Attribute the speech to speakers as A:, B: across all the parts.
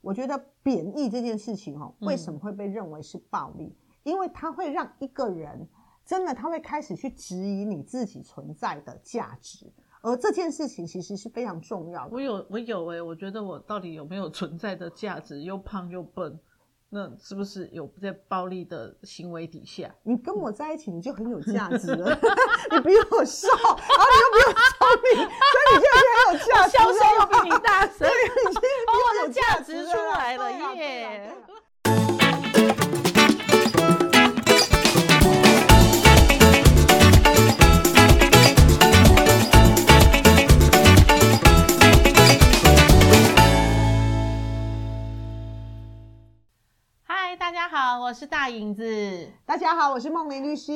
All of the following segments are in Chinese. A: 我觉得贬义这件事情哦，为
B: 嗯
A: 什么会被认为是暴力？因为它会让一个人真的他会开始去质疑你自己存在的价值，而这件事情其实是非常重要的。
B: 我有我有哎、我觉得我到底有没有存在的价值？又胖又笨，那是不是有在暴力的行为底下？
A: 你跟我在一起，你就很有价值了。 你比我瘦，然后你又比我聪明，所以你就很有价值
B: 销
A: 了。
B: 售又比你大声，
A: 你就
B: 把
A: 比
B: 我
A: 有
B: 的哦价
A: 值
B: 值
A: 了
B: 出来了
A: 对啊对啊
B: 耶！
A: 对啊
B: 嗨，大家好，我是大影子，
A: 大家好，我是梦玲律师。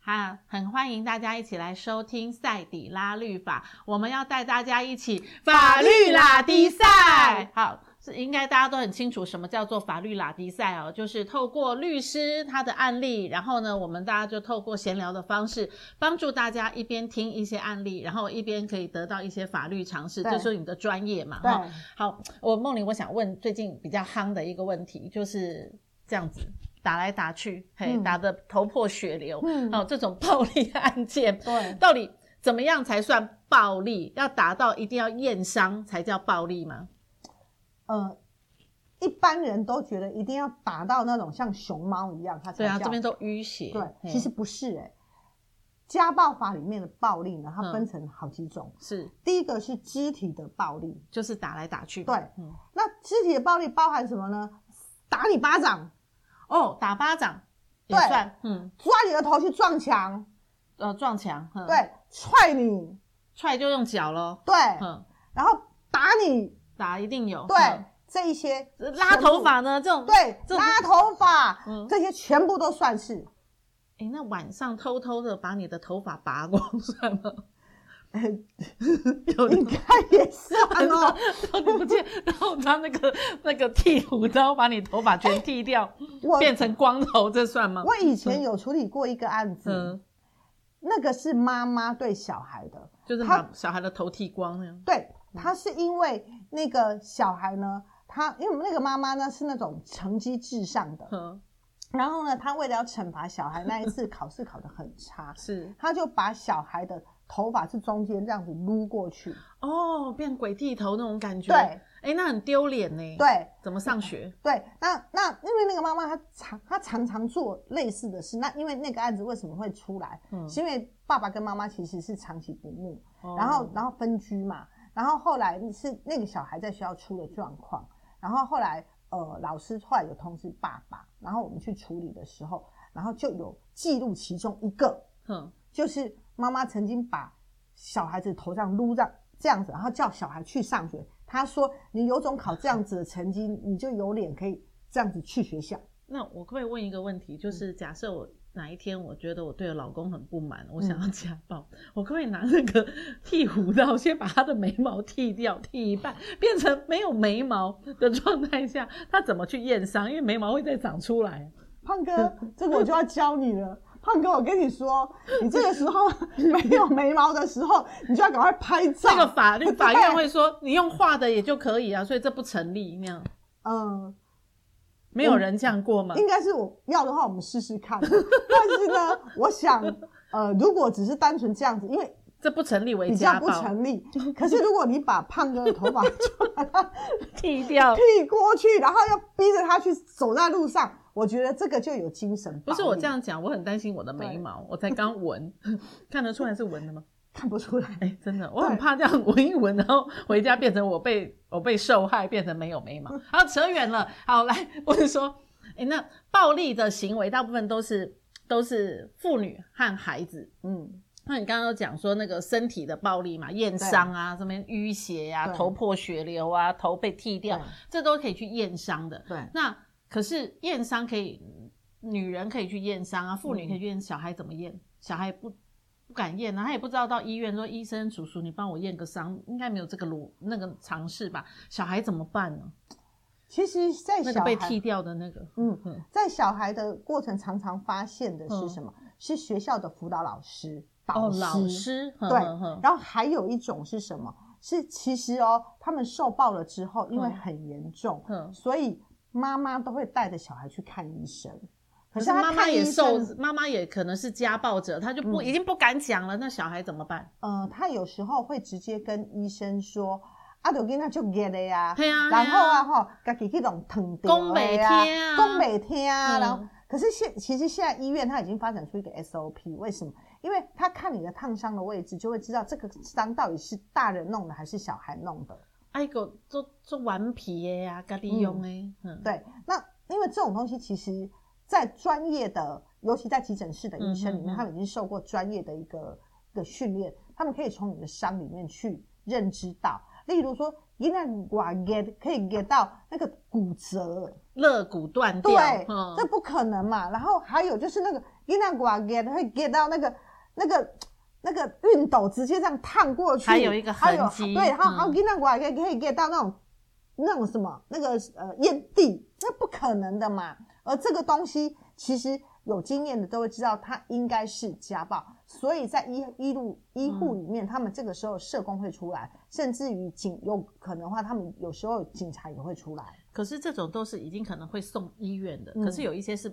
B: 哈，很欢迎大家一起来收听赛底拉律法，我们要带大家一起法律拉低赛。好，是应该大家都很清楚什么叫做法律拉低赛哦，就是透过律师他的案例，然后呢，我们大家就透过闲聊的方式，帮助大家一边听一些案例，然后一边可以得到一些法律常识，
A: 对
B: 这就是你的专业嘛，
A: 对
B: 哈。好，我梦玲，我想问最近比较夯的一个问题，就是这样子打来打去，嘿，
A: 嗯
B: 打得头破血流，
A: 嗯
B: 哦，这种暴力案件，
A: 对
B: 到底怎么样才算暴力？要达到一定要验伤才叫暴力吗？
A: 呃，一般人都觉得一定要达到那种像熊猫一样，它才
B: 对
A: 叫
B: 啊，这边都淤血，
A: 对，
B: 嘿
A: 其实不是哎、家暴法里面的暴力呢，它
B: 嗯
A: 分成好几种。
B: 是
A: 第一个是肢体的暴力，
B: 就是打来打去，
A: 对
B: 嗯，
A: 那肢体的暴力包含什么呢？打你巴掌，
B: 哦，打巴掌也
A: 对
B: 算，嗯，
A: 抓你的头去撞墙，
B: 呃，撞墙，嗯，，
A: 对，踹你，
B: 踹就用脚咯，
A: 对，
B: 嗯，
A: 然后打你，
B: 打一定有，
A: 对，这一些
B: 嗯拉头发呢，这
A: 全
B: 种
A: 部，对，
B: 这
A: 拉头发，
B: 嗯
A: 这些全部都算是。
B: 哎，那晚上偷偷的把你的头发拔光算吗？ 有
A: 应
B: 人
A: 该也算 哦，
B: 偷不见，然后拿那个那个剃胡刀把你头发全剃掉，
A: 我
B: 变成光头，这算吗？
A: 我以前有处理过一个案子，
B: 嗯，
A: 那个是妈妈对小孩的，
B: 就是
A: 他
B: 把小孩的头剃光那样。
A: 对，他是因为那个小孩呢，他因为我们那个妈妈呢是那种成绩至上的，
B: 嗯，
A: 然后呢，他为了要惩罚小孩，那一次考试考得很 差，
B: 是
A: 他就把小孩的头发是中间这样子撸过去，
B: 哦，变鬼剃头那种感觉。
A: 对，
B: 哎，那很丢脸呢。，
A: 对。
B: 怎么上学？
A: 对，那那因为那个妈妈她常她常常做类似的事，那因为那个案子为什么会出来，
B: 嗯
A: 是因为爸爸跟妈妈其实是长期不睦，
B: 哦
A: 然后然后分居嘛，然后后来是那个小孩在学校出了状况，然后后来呃老师后来有通知爸爸，然后我们去处理的时候，然后就有记录其中一个，
B: 哼，
A: 就是妈妈曾经把小孩子头上撸上这样子，然后叫小孩去上学，他说你有种考这样子的成绩，你就有脸可以这样子去学校，
B: 那我可不可以问一个问题？
A: 嗯
B: 就是假设我哪一天我觉得我对我老公很不满，
A: 嗯
B: 我想要家暴，我可不可以拿那个 剃胡刀先把他的眉毛剃掉，剃一半，变成没有眉毛的状态下，他怎么去验伤？因为眉毛会再长出来。
A: 胖 哥，这个我就要教你了。胖哥，我跟你说，你这个时候 没有眉毛的时候，你就要赶快拍照。
B: 这个 法律
A: 对
B: 法院会说你用画的也就可以啊，所以这不成立。那样
A: 嗯，
B: 没有人这样过吗？
A: 应该是我要的话，我们试试看。 但是呢，我想，呃，如果只是单纯这样子，因为
B: 这不成立为
A: 比较
B: 家
A: 不
B: 暴，
A: 成立。可是如果你把胖哥的头发 就把它
B: 剃 掉。
A: 剃过去，然后要逼着他去走在路上，我觉得这个就有精神
B: 不
A: 暴力。
B: 是我这样讲，我很担心我的
A: 对
B: 眉毛，我才刚 闻，看得出来是闻的吗？
A: 看不出来。
B: 哎、真的，我很
A: 对
B: 怕这样闻一闻，然后回家变成我被我被受害，变成没有眉毛。好，扯远了。好，来，我是说，哎、那暴力的行为大部分都是都是妇女和孩子。
A: 嗯，
B: 那你刚刚有讲说那个身体的暴力嘛，验伤啊，什么淤血呀、
A: 对
B: 头破血流啊，头被剃掉
A: 对，
B: 这都可以去验伤的。
A: 对
B: 那可是验伤可以，女人可以去验伤啊，妇女
A: 嗯
B: 可以去验，小孩怎么验？小孩不不敢验啊，他也不知道到医院说医生叔叔，你帮我验个伤，应该没有这个路那个尝试吧？小孩怎么办呢？
A: 其实，在
B: 那个
A: 小
B: 被
A: 孩
B: 剃掉的那个，
A: 嗯，在小孩的过程常常发现的是
B: 嗯
A: 什么？是学校的辅导老师、导，
B: 哦
A: 师，
B: 老师，
A: 对
B: 哼哼哼。
A: 然后还有一种是什么？是其实哦，他们受暴了之后，因为
B: 嗯
A: 很严重，
B: 嗯
A: 所以妈妈都会带着小孩去看医生。可
B: 可
A: 是
B: 是
A: 他
B: 妈妈
A: 看
B: 也
A: 医
B: 受
A: 生，，嗯
B: 妈妈也可能是家暴者，她就不、已经不敢讲了，那小孩怎么办？
A: 呃，他有时候会直接跟医生说：“啊，就囡仔就 get 的呀。”
B: 对啊，
A: 然后
B: 对
A: 啊，，吼，家己去弄疼掉
B: 讲不听啊
A: 讲袂听啊，
B: 嗯
A: 然后可是现其实现在医院它已经发展出一个 SOP，为什么？因为他看你的烫伤的位置，就会知道这个伤到底是大人弄的还是小孩弄的。
B: 哎个做做顽皮的呀、家己用的，嗯，
A: 对，那因为这种东西其实，在专业的，尤其在急诊室的医生里
B: 嗯
A: 面，
B: 嗯嗯
A: 他们已经受过专业的一个一个训练，他们可以从你的伤里面去认知到，例如说，一旦我 get 可以 get 到那个骨折，
B: 肋骨断掉，
A: 对，
B: 嗯
A: 这不可能嘛。然后还有就是那个伊那瓜 get 会 get 到那个那个那个熨斗直接这样烫过去，
B: 还有一个
A: 还有
B: 痕迹
A: 对，还有
B: 嗯
A: 还有伊那瓜 get 可以 get 到那种那种什么那个呃烟蒂，那不可能的嘛。而这个东西其实有经验的都会知道，它应该是家暴，所以在医医路医护里
B: 嗯
A: 面，他们这个时候社工会出来，甚至于警有可能的话，他们有时候警察也会出来。
B: 可是这种都是已经可能会送医院的，
A: 嗯
B: 可是有一些是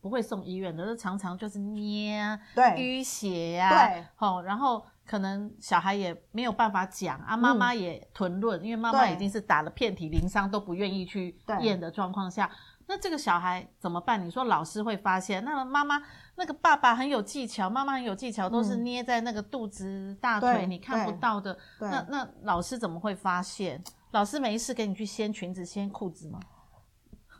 B: 不会送医院的，那常常就是捏啊、
A: 对，
B: 淤血呀、
A: 对
B: 哦，然后可能小孩也没有办法讲啊，
A: 嗯
B: 妈妈也吞论，因为妈妈
A: 对
B: 已经是打了遍体鳞伤都不愿意去
A: 对
B: 验的状况下。那这个小孩怎么办？你说老师会发现，那妈妈那个爸爸很有技巧，妈妈很有技巧，都是
A: 嗯
B: 捏在那个肚子、大腿
A: 对
B: 你看不
A: 对
B: 到的。
A: 对
B: 那那老师怎么会发现？老师没事给你去掀裙子、掀裤子吗？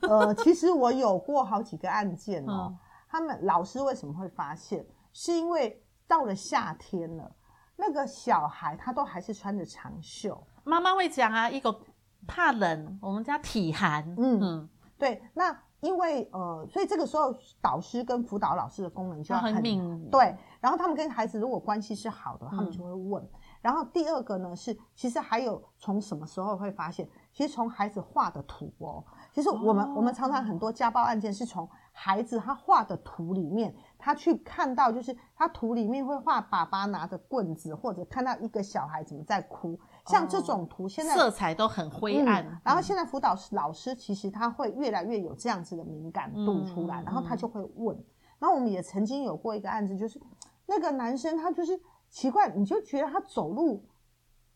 A: 呃，其实我有过好几个案件哦、
B: 嗯
A: 他们老师为什么会发现？是因为到了夏天了，那个小孩他都还是穿着长袖。
B: 妈妈会讲啊，一个怕冷，我们家体寒，
A: 嗯
B: 嗯，
A: 对，那因为呃，所以这个时候导师跟辅导老师的功能就
B: 就
A: 要
B: 很
A: 很
B: 敏
A: 对，然后他们跟孩子如果关系是好的，他们
B: 嗯
A: 就会问。然后第二个呢是，其实还有从什么时候会发现？其实从孩子画的图哦，其实我们、我们常常很多家暴案件是从孩子他画的图里面，他去看到就是他图里面会画爸爸拿着棍子，或者看到一个小孩怎么在哭，像这
B: 哦
A: 种图现在
B: 色彩都很灰暗。
A: 嗯然后现在辅导师老师其实他会越来越有这样子的敏感度出来，
B: 嗯
A: 然后他就会问。然后我们也曾经有过一个案子，就是那个男生他就是奇怪，你就觉得他走路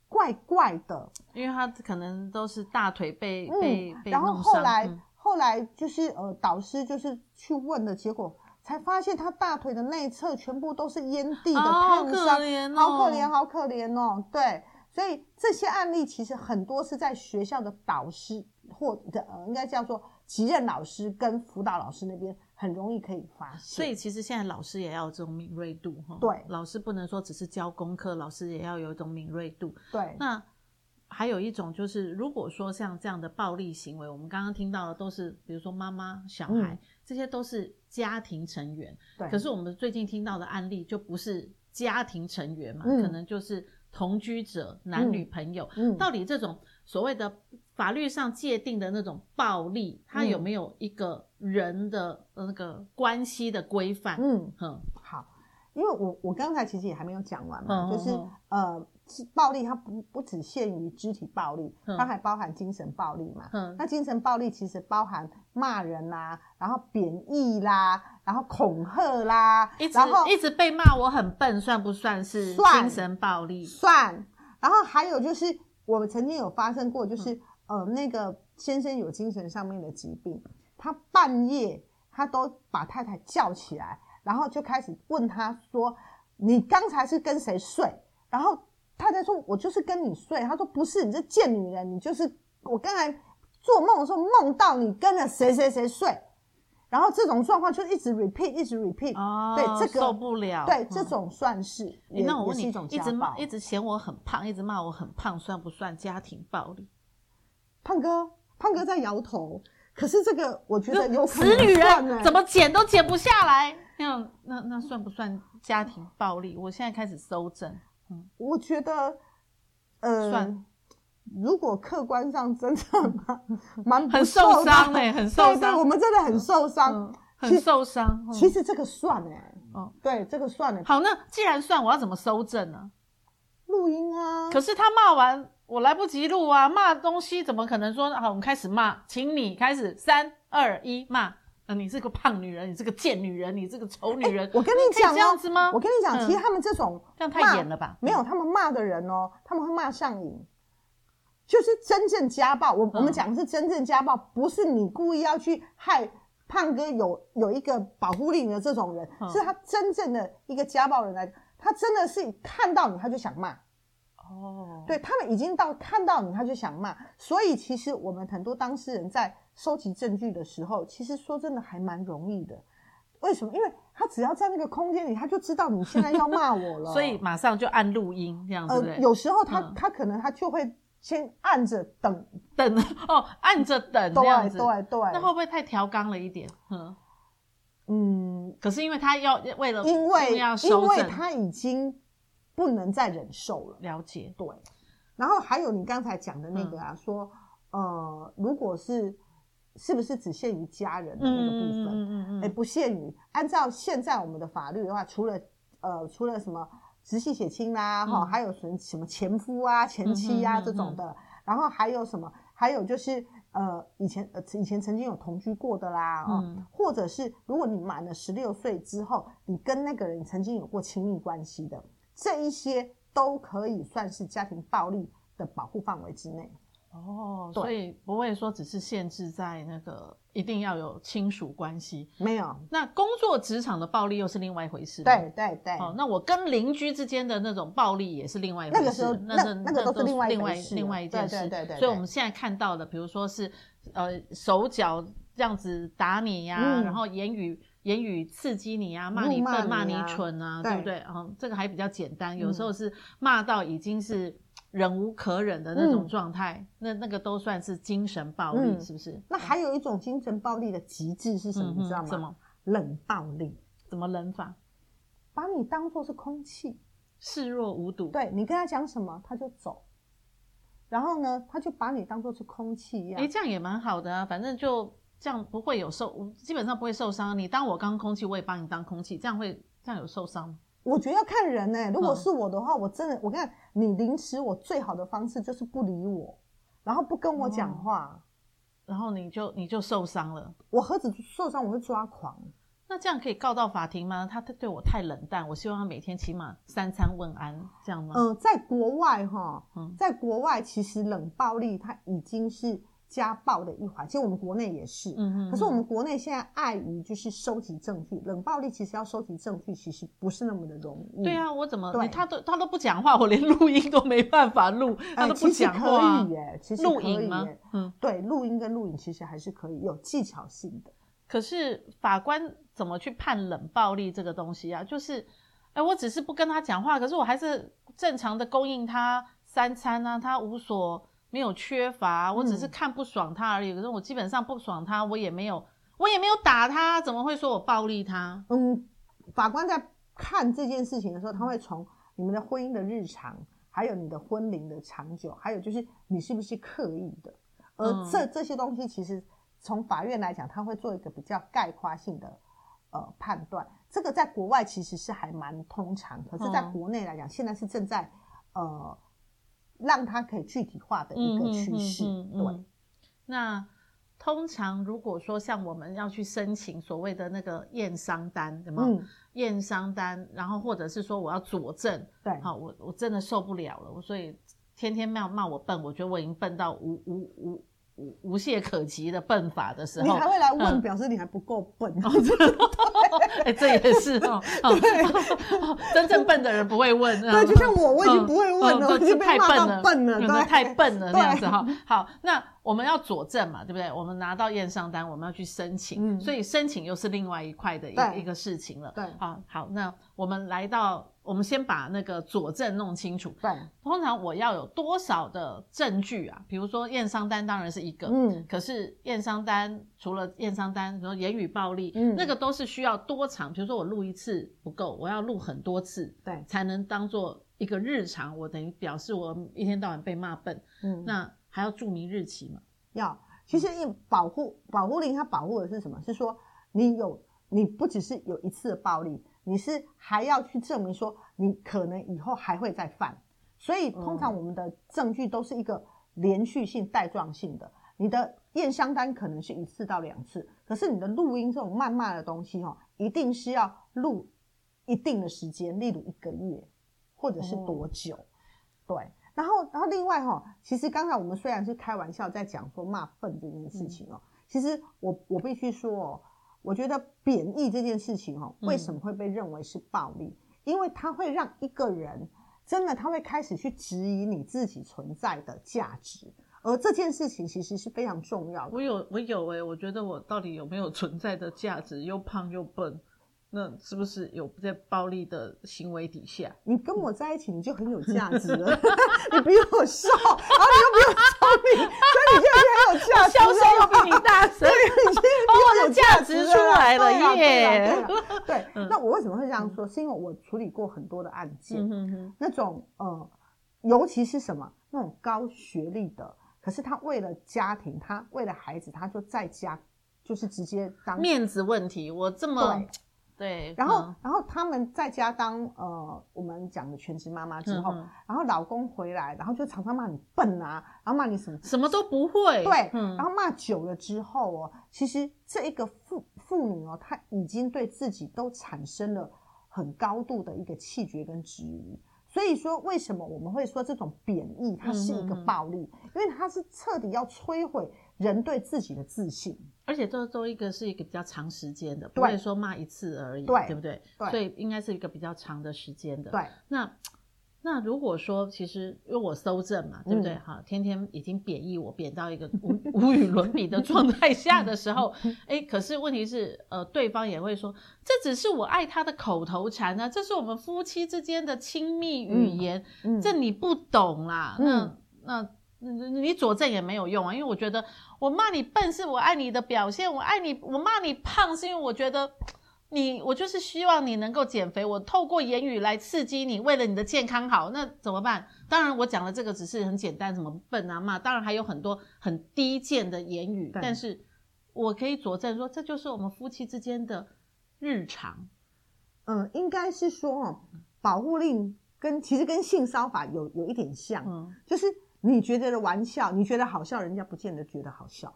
A: 怪怪的，
B: 因为他可能都是大腿被、被
A: 嗯，
B: 被
A: 然后
B: 弄
A: 后
B: 伤
A: 来、
B: 嗯
A: 后来就是呃导师就是去问的结果。才发现他大腿的内侧全部都是烟蒂的
B: 哦好
A: 烫
B: 可
A: 伤，
B: 怜哦
A: 好可怜，好可怜哦。对，所以这些案例其实很多是在学校的导师或的呃，应该叫做级任老师跟辅导老师那边很容易可以发现。
B: 所以其实现在老师也要有这种敏锐度哈。
A: 对
B: 老师不能说只是教功课，老师也要有一种敏锐度。
A: 对，
B: 那还有一种就是，如果说像这样的暴力行为，我们刚刚听到的都是，比如说妈妈、小孩，
A: 嗯
B: 这些都是家庭成员。
A: 对
B: 可是我们最近听到的案例就不是家庭成员嘛，
A: 嗯
B: 可能就是同居者、男女朋友。
A: 嗯
B: 到底这种所谓的法律上界定的那种暴力，它
A: 嗯
B: 有没有一个人的呃那个关系的规范？
A: 嗯
B: 嗯，
A: 好，因为我我刚才其实也还没有讲完嘛，
B: 嗯
A: 就是
B: 嗯
A: 呃暴力它不不只限于肢体暴力，
B: 嗯
A: 它还包含精神暴力嘛。
B: 嗯
A: 那精神暴力其实包含骂人啦、然后贬义啦，然后恐吓啦
B: 一，直
A: 然后
B: 一直被骂我很笨，算不算是
A: 算
B: 精神暴力？
A: 算。然后还有就是，我们曾经有发生过，
B: 嗯
A: 就是、呃，那个先生有精神上面的疾病，他半夜他都把太太叫起来，然后就开始问他说：“你刚才是跟谁睡？”然后太太说：“我就是跟你睡。”他说：“不是，你这贱女人，你就是我刚才做梦的时候梦到你跟了谁谁谁睡。”然后这种状况就一直 repeat，一直 repeat，、
B: 哦，
A: 对这个
B: 受不了。
A: 对
B: 嗯
A: 这。种算是
B: 诶
A: 也、
B: 那我
A: 也
B: 问
A: 是
B: 你，
A: 一种
B: 一
A: 家
B: 直
A: 暴
B: 骂，。一直嫌我很胖，一直骂我很胖，算不算家庭暴力？
A: 胖哥，胖哥在摇头。可是这个我觉得有可
B: 死
A: 能
B: 女
A: 算欸呢
B: 人怎么减都减不下来，那样那那算不算家庭暴力？我现在开始搜证，
A: 我觉得，呃，
B: 算嗯
A: 如果客观上真的蛮蛮不
B: 很受
A: 的
B: 伤欸很受
A: 对对，
B: 伤
A: 我们真的很受伤
B: 嗯。，
A: 其
B: 很
A: 实
B: 受伤。嗯
A: 其实这个算哎
B: 哦，
A: 对，这个算哎。
B: 好，那既然算，我要怎么搜证呢？
A: 录音啊，
B: 可是他骂完，我来不及录啊，骂东西怎么可能说好？我们开始骂，请你开始，三二一骂。呃，你是个胖女人，你是个贱女人，你是个丑女人。
A: 我跟
B: 你
A: 你讲、哦，
B: 这样子吗？
A: 我跟你讲，
B: 嗯
A: 其实他们这种
B: 这样
A: 骂
B: 太演了吧？
A: 没有，他们骂的人哦，他们会骂上瘾，就是真正家暴。我我们
B: 嗯
A: 讲的是真正家暴，不是你故意要去害胖哥有有一个保护令的这种人，
B: 嗯
A: 是他真正的一个家暴人来，他真的是看到你他就想骂。
B: 嗯哦，
A: 对他们已经到看到你，他就想骂，所以其实我们很多当事人在收集证据的时候，其实说真的还蛮容易的。为什么？因为他只要在那个空间里，他就知道你现在要骂我了。
B: 所以马上就按录音，这样对不
A: 啊呃，
B: 对？
A: 有时候他、
B: 嗯
A: 他可能他就会先按着等，
B: 等 哦，按着等
A: 对
B: 这样子。
A: 对对，
B: 那会不会太调纲了一点？嗯，
A: 嗯，
B: 可是因为他要为了
A: 因为
B: 要
A: 因
B: 收
A: 为
B: 正，
A: 他已经不能再忍受了。
B: 了解，
A: 对，然后还有你刚才讲的那个啊，
B: 嗯
A: 说呃，如果是是不是只限于家人的那个部分？
B: 嗯
A: 哎、不限于。按照现在我们的法律的话，除了呃，除了什么直系血亲啦，哈、
B: 嗯
A: 还有什么什么前夫啊、前妻啊、
B: 嗯哼
A: 这种的，然后还有什么，还有就是呃，以前呃以前曾经有同居过的啦，哦，
B: 嗯
A: 或者是如果你满了十六岁之后，你跟那个人曾经有过亲密关系的，这一些都可以算是家庭暴力的保护范围之内。
B: 哦，
A: 对
B: 所以不会说只是限制在那个一定要有亲属关系，
A: 没有，
B: 那工作职场的暴力又是另外一回事。
A: 对，对对，
B: 哦，那我跟邻居之间的那种暴力也是另外一回事。
A: 那个时候那
B: 是
A: 那个都是另外一
B: 另
A: 回
B: 外
A: 事
B: 另外一件事。
A: 对对对对对
B: 所以我们现在看到的，比如说是呃手脚这样子打你呀、
A: 嗯
B: 然后言语。言语刺激你啊，骂你
A: 辱骂
B: 笨，
A: 你
B: 骂
A: 啊
B: 你蠢啊，
A: 对嗯
B: 对不对？哦，这个还比较简单，有时候是骂到已经是忍无可忍的那种
A: 嗯
B: 状态，那那个都算是精神暴力，
A: 嗯
B: 是不是？
A: 那还有一种精神暴力的极致是什么？
B: 嗯
A: 你知道
B: 哼
A: 吗？
B: 怎么
A: 冷暴力，
B: 怎么冷法？
A: 把你当做是空气，
B: 视若无睹。
A: 对你跟他讲什么他就走，然后呢，他就把你当做是空气一样。
B: 哎，这样也蛮好的啊，反正就这样不会有受，基本上不会受伤。你当我当空气，我也把你当空气，这样会这样有受伤吗？
A: 我觉得要看人呢、如果
B: 嗯
A: 是我的话，我真的，我看你临时我最好的方式就是不理我，然后不跟我讲话，
B: 哦然后你就你就受伤了。
A: 我何止受伤，我会抓狂。
B: 那这样可以告到法庭吗？他他对我太冷淡，我希望他每天起码三餐问安，这样吗？
A: 嗯、在国外哈
B: 嗯，
A: 在国外其实冷暴力它已经是家暴的一环，其实我们国内也是。
B: 嗯嗯
A: 可是我们国内现在碍于就是收集证据，冷暴力其实要收集证据其实不是那么的容易。
B: 对啊，我怎么
A: 对
B: 你他都他都不讲话，我连录音都没办法录，
A: 哎，
B: 他都
A: 其
B: 不
A: 实
B: 讲
A: 可
B: 话啊
A: 以。耶，其实
B: 录
A: 可以
B: 影吗
A: 耶？
B: 嗯，
A: 对，录音跟录影其实还是可以有技巧性的。
B: 可是法官怎么去判冷暴力这个东西啊？就是，哎，我只是不跟他讲话，可是我还是正常的供应他三餐啊，他无所没有缺乏，我
A: 嗯
B: 只是看不爽他而已。可是我基本上不爽他，我也没有，我也没有打他，怎么会说我暴力他？
A: 嗯，法官在看这件事情的时候，他会从你们的婚姻的日常，还有你的婚龄的长久，还有就是你是不是刻意的，而
B: 嗯
A: 这、这些东西其实从法院来讲，他会做一个比较概括性的呃判断。这个在国外其实是还蛮通常，可是在
B: 嗯
A: 国内来讲，现在是正在呃让它可以具体化的
B: 嗯
A: 一个趋势。对，
B: 那通常如果说像我们要去申请所谓的那个验伤单，什么
A: 嗯，
B: 验伤单，然后或者是说我要佐证，
A: 对，嗯
B: 好，我我真的受不了了，我所以天天骂骂我笨，我觉得我已经笨到无无无无无懈可击的笨法的时
A: 你
B: 候
A: 还，会来问，
B: 嗯哦
A: 表示你还不够笨。
B: 哎、这也是哦，哦真正笨的人不会 问，
A: 对，
B: 嗯
A: 就像我，我已经
B: 嗯
A: 不会问了，
B: 嗯
A: 我已经被
B: 太
A: 骂
B: 笨
A: 到
B: 了，
A: 笨了，
B: 嗯
A: 对，
B: 那太笨了
A: 对
B: 那样子哈。好，那我们要佐证嘛，对不对？我们拿到验伤单，我们要去申请，
A: 嗯
B: 所以申请又是另外一块的
A: 对
B: 一一个事情了。
A: 对
B: 好，好，那我们来到，我们先把那个佐证弄清楚。
A: 对，
B: 通常我要有多少的证据啊？比如说验伤单当然是一个，
A: 嗯，
B: 可是验伤单除了验伤单，然后言语暴力，
A: 嗯
B: 那个都是需要多场。比如说我录一次不够，我要录很多次
A: 对，
B: 才能当做一个日常。我等于表示我一天到晚被骂笨，
A: 嗯，
B: 那还要注明日期嘛？
A: 要其实因为保护保护令，它保护的是什么？是说你有，你不只是有一次的暴力，你是还要去证明说你可能以后还会再犯，所以通常我们的证据都是一个连续性、带状性的。你的验伤单可能是一次到两次，可是你的录音这种谩骂的东西哦，一定是要录一定的时间，例如一个月或者是多久，对。然后，然后另外哈、其实刚才我们虽然是开玩笑在讲说骂笨这件事情哦，
B: 嗯
A: 其实我我必须说哦，我觉得贬义这件事情哦，
B: 嗯
A: 为什么会被认为是暴力？因为它会让一个人真的他会开始去质疑你自己存在的价值，而这件事情其实是非常重要的。
B: 我有我有哎、我觉得我到底有没有存在的价值？又胖又笨，那是不是有在暴力的行为底下？
A: 你跟我在一起，你就很有价值 了。你比我瘦，然后你又比我聪明，所以你就很有价值
B: 销
A: 了。
B: 售 又比你大声，
A: 对，你现在比我有价值
B: 哦我的价值出来了
A: 对啊对啊
B: 耶
A: 对 啊对那我为什么会这样说？是因为我处理过很多的案件，
B: 嗯哼哼，
A: 那种呃，尤其是什么那种高学历的，可是他为了家庭，他为了孩子，他就在家就是直接当
B: 面子问题，我这么
A: 对。
B: 对，
A: 然后
B: 嗯，
A: 然后他们在家当呃，我们讲的全职妈妈之后，
B: 嗯嗯
A: 然后老公回来，然后就常常骂你笨啊，然后骂你什么
B: 什么都不会，
A: 对，
B: 嗯
A: 然，后骂久了之后哦，其实这一个妇妇女哦，她已经对自己都产生了很高度的一个气绝跟质疑。所以说，为什么我们会说这种贬义它是一个
B: 嗯嗯嗯
A: 暴力？因为它是彻底要摧毁人对自己的自信。
B: 而且这都一个是一个比较长时间的，不
A: 对
B: 会说骂一次而已，
A: 对
B: 对不对？
A: 对
B: 所以应该是一个比较长的时间的。
A: 对，
B: 那那如果说，其实因为我搜证嘛，对
A: 嗯
B: 不对？哈、天天已经贬义我，贬到一个无无与伦比的状态下的时 候，哎，可是问题是，呃，对方也会说，这只是我爱他的口头禅呢、啊，这是我们夫妻之间的亲密语言，
A: 嗯
B: 这你不懂啦。
A: 嗯
B: 那那。你你佐证也没有用啊，因为我觉得我骂你笨是我爱你的表现，我爱你，我骂你胖是因为我觉得你，我就是希望你能够减肥，我透过言语来刺激你，为了你的健康好，那怎么办？当然，我讲的这个只是很简单，什么笨啊骂，当然还有很多很低贱的言语，
A: 对
B: 但是我可以佐证说，这就是我们夫妻之间的日常。
A: 嗯，应该是说哦，保护令跟其实跟性骚法有有一点像，
B: 嗯
A: 就是你觉得的玩笑，你觉得好笑，人家不见得觉得好笑。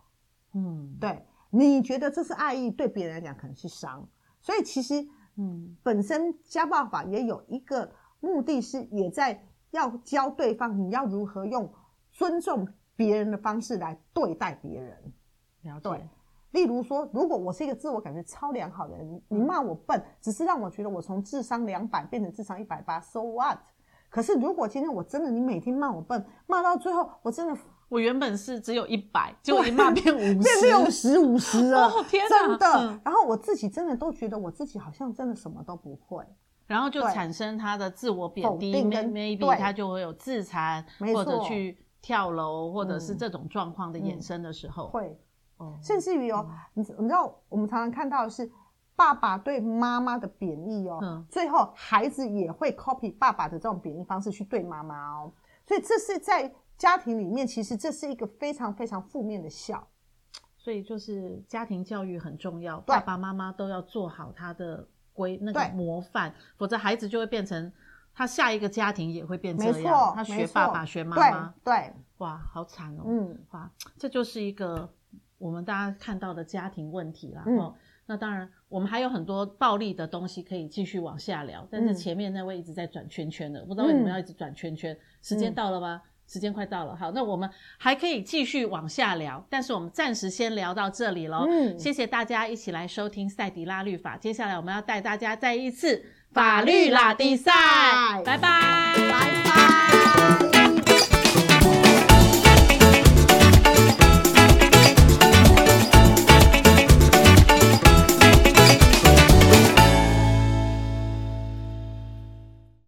B: 嗯
A: 对，你觉得这是爱意，对别人来讲可能是伤。所以其实
B: 嗯
A: 本身家暴法也有一个目的是，也在要教对方你要如何用尊重别人的方式来对待别人。
B: 了解。
A: 对例如说，如果我是一个自我感觉超良好的人，你骂我笨，只是让我觉得我从智商两百变成智商一百八，so what？可是如果今天我真的你每天骂我笨，骂到最后我真的
B: 我原本是只有一百，结果一骂变五
A: 变
B: 十，
A: 六十五十了，
B: 哦天哪
A: 真的。
B: 嗯
A: 然后我自己真的都觉得我自己好像真的什么都不会，
B: 然后就
A: 对
B: 产生他的自我贬
A: 否
B: 低
A: 定
B: ，may-
A: 跟
B: ，maybe
A: 对
B: 他就会有自残，
A: 没
B: 或者
A: 错
B: 去跳楼，或者是
A: 嗯
B: 这种状况的衍生的时候，
A: 会，
B: 哦
A: 甚至于哦，你你知道我们常常看到的是爸爸对妈妈的贬义哦，
B: 嗯
A: 最后孩子也会 copy 爸爸的这种贬义方式去对妈妈哦，所以这是在家庭里面，其实这是一个非常非常负面的效。
B: 所以就是家庭教育很重要，
A: 对
B: 爸爸妈妈都要做好他的规那个
A: 对
B: 模范，否则孩子就会变成他下一个家庭也会变这
A: 没
B: 样
A: 错，，
B: 他学
A: 没错
B: 爸爸学妈妈，，
A: 对对，
B: 哇，好惨哦，
A: 嗯，
B: 哇，这就是一个我们大家看到的家庭问题啦。
A: 嗯
B: 哦，那当然，我们还有很多暴力的东西可以继续往下聊，但是
A: 嗯
B: 前面那位一直在转圈圈的，我不知道为什么要一直转圈圈。时间
A: 嗯
B: 到了吗？时间快到了，好，那我们还可以继续往下聊，但是我们暂时先聊到这里喽。
A: 嗯
B: 谢谢大家一起来收听赛迪拉律法，接下来我们要带大家再一次法律拉迪赛，拜拜
A: 拜拜。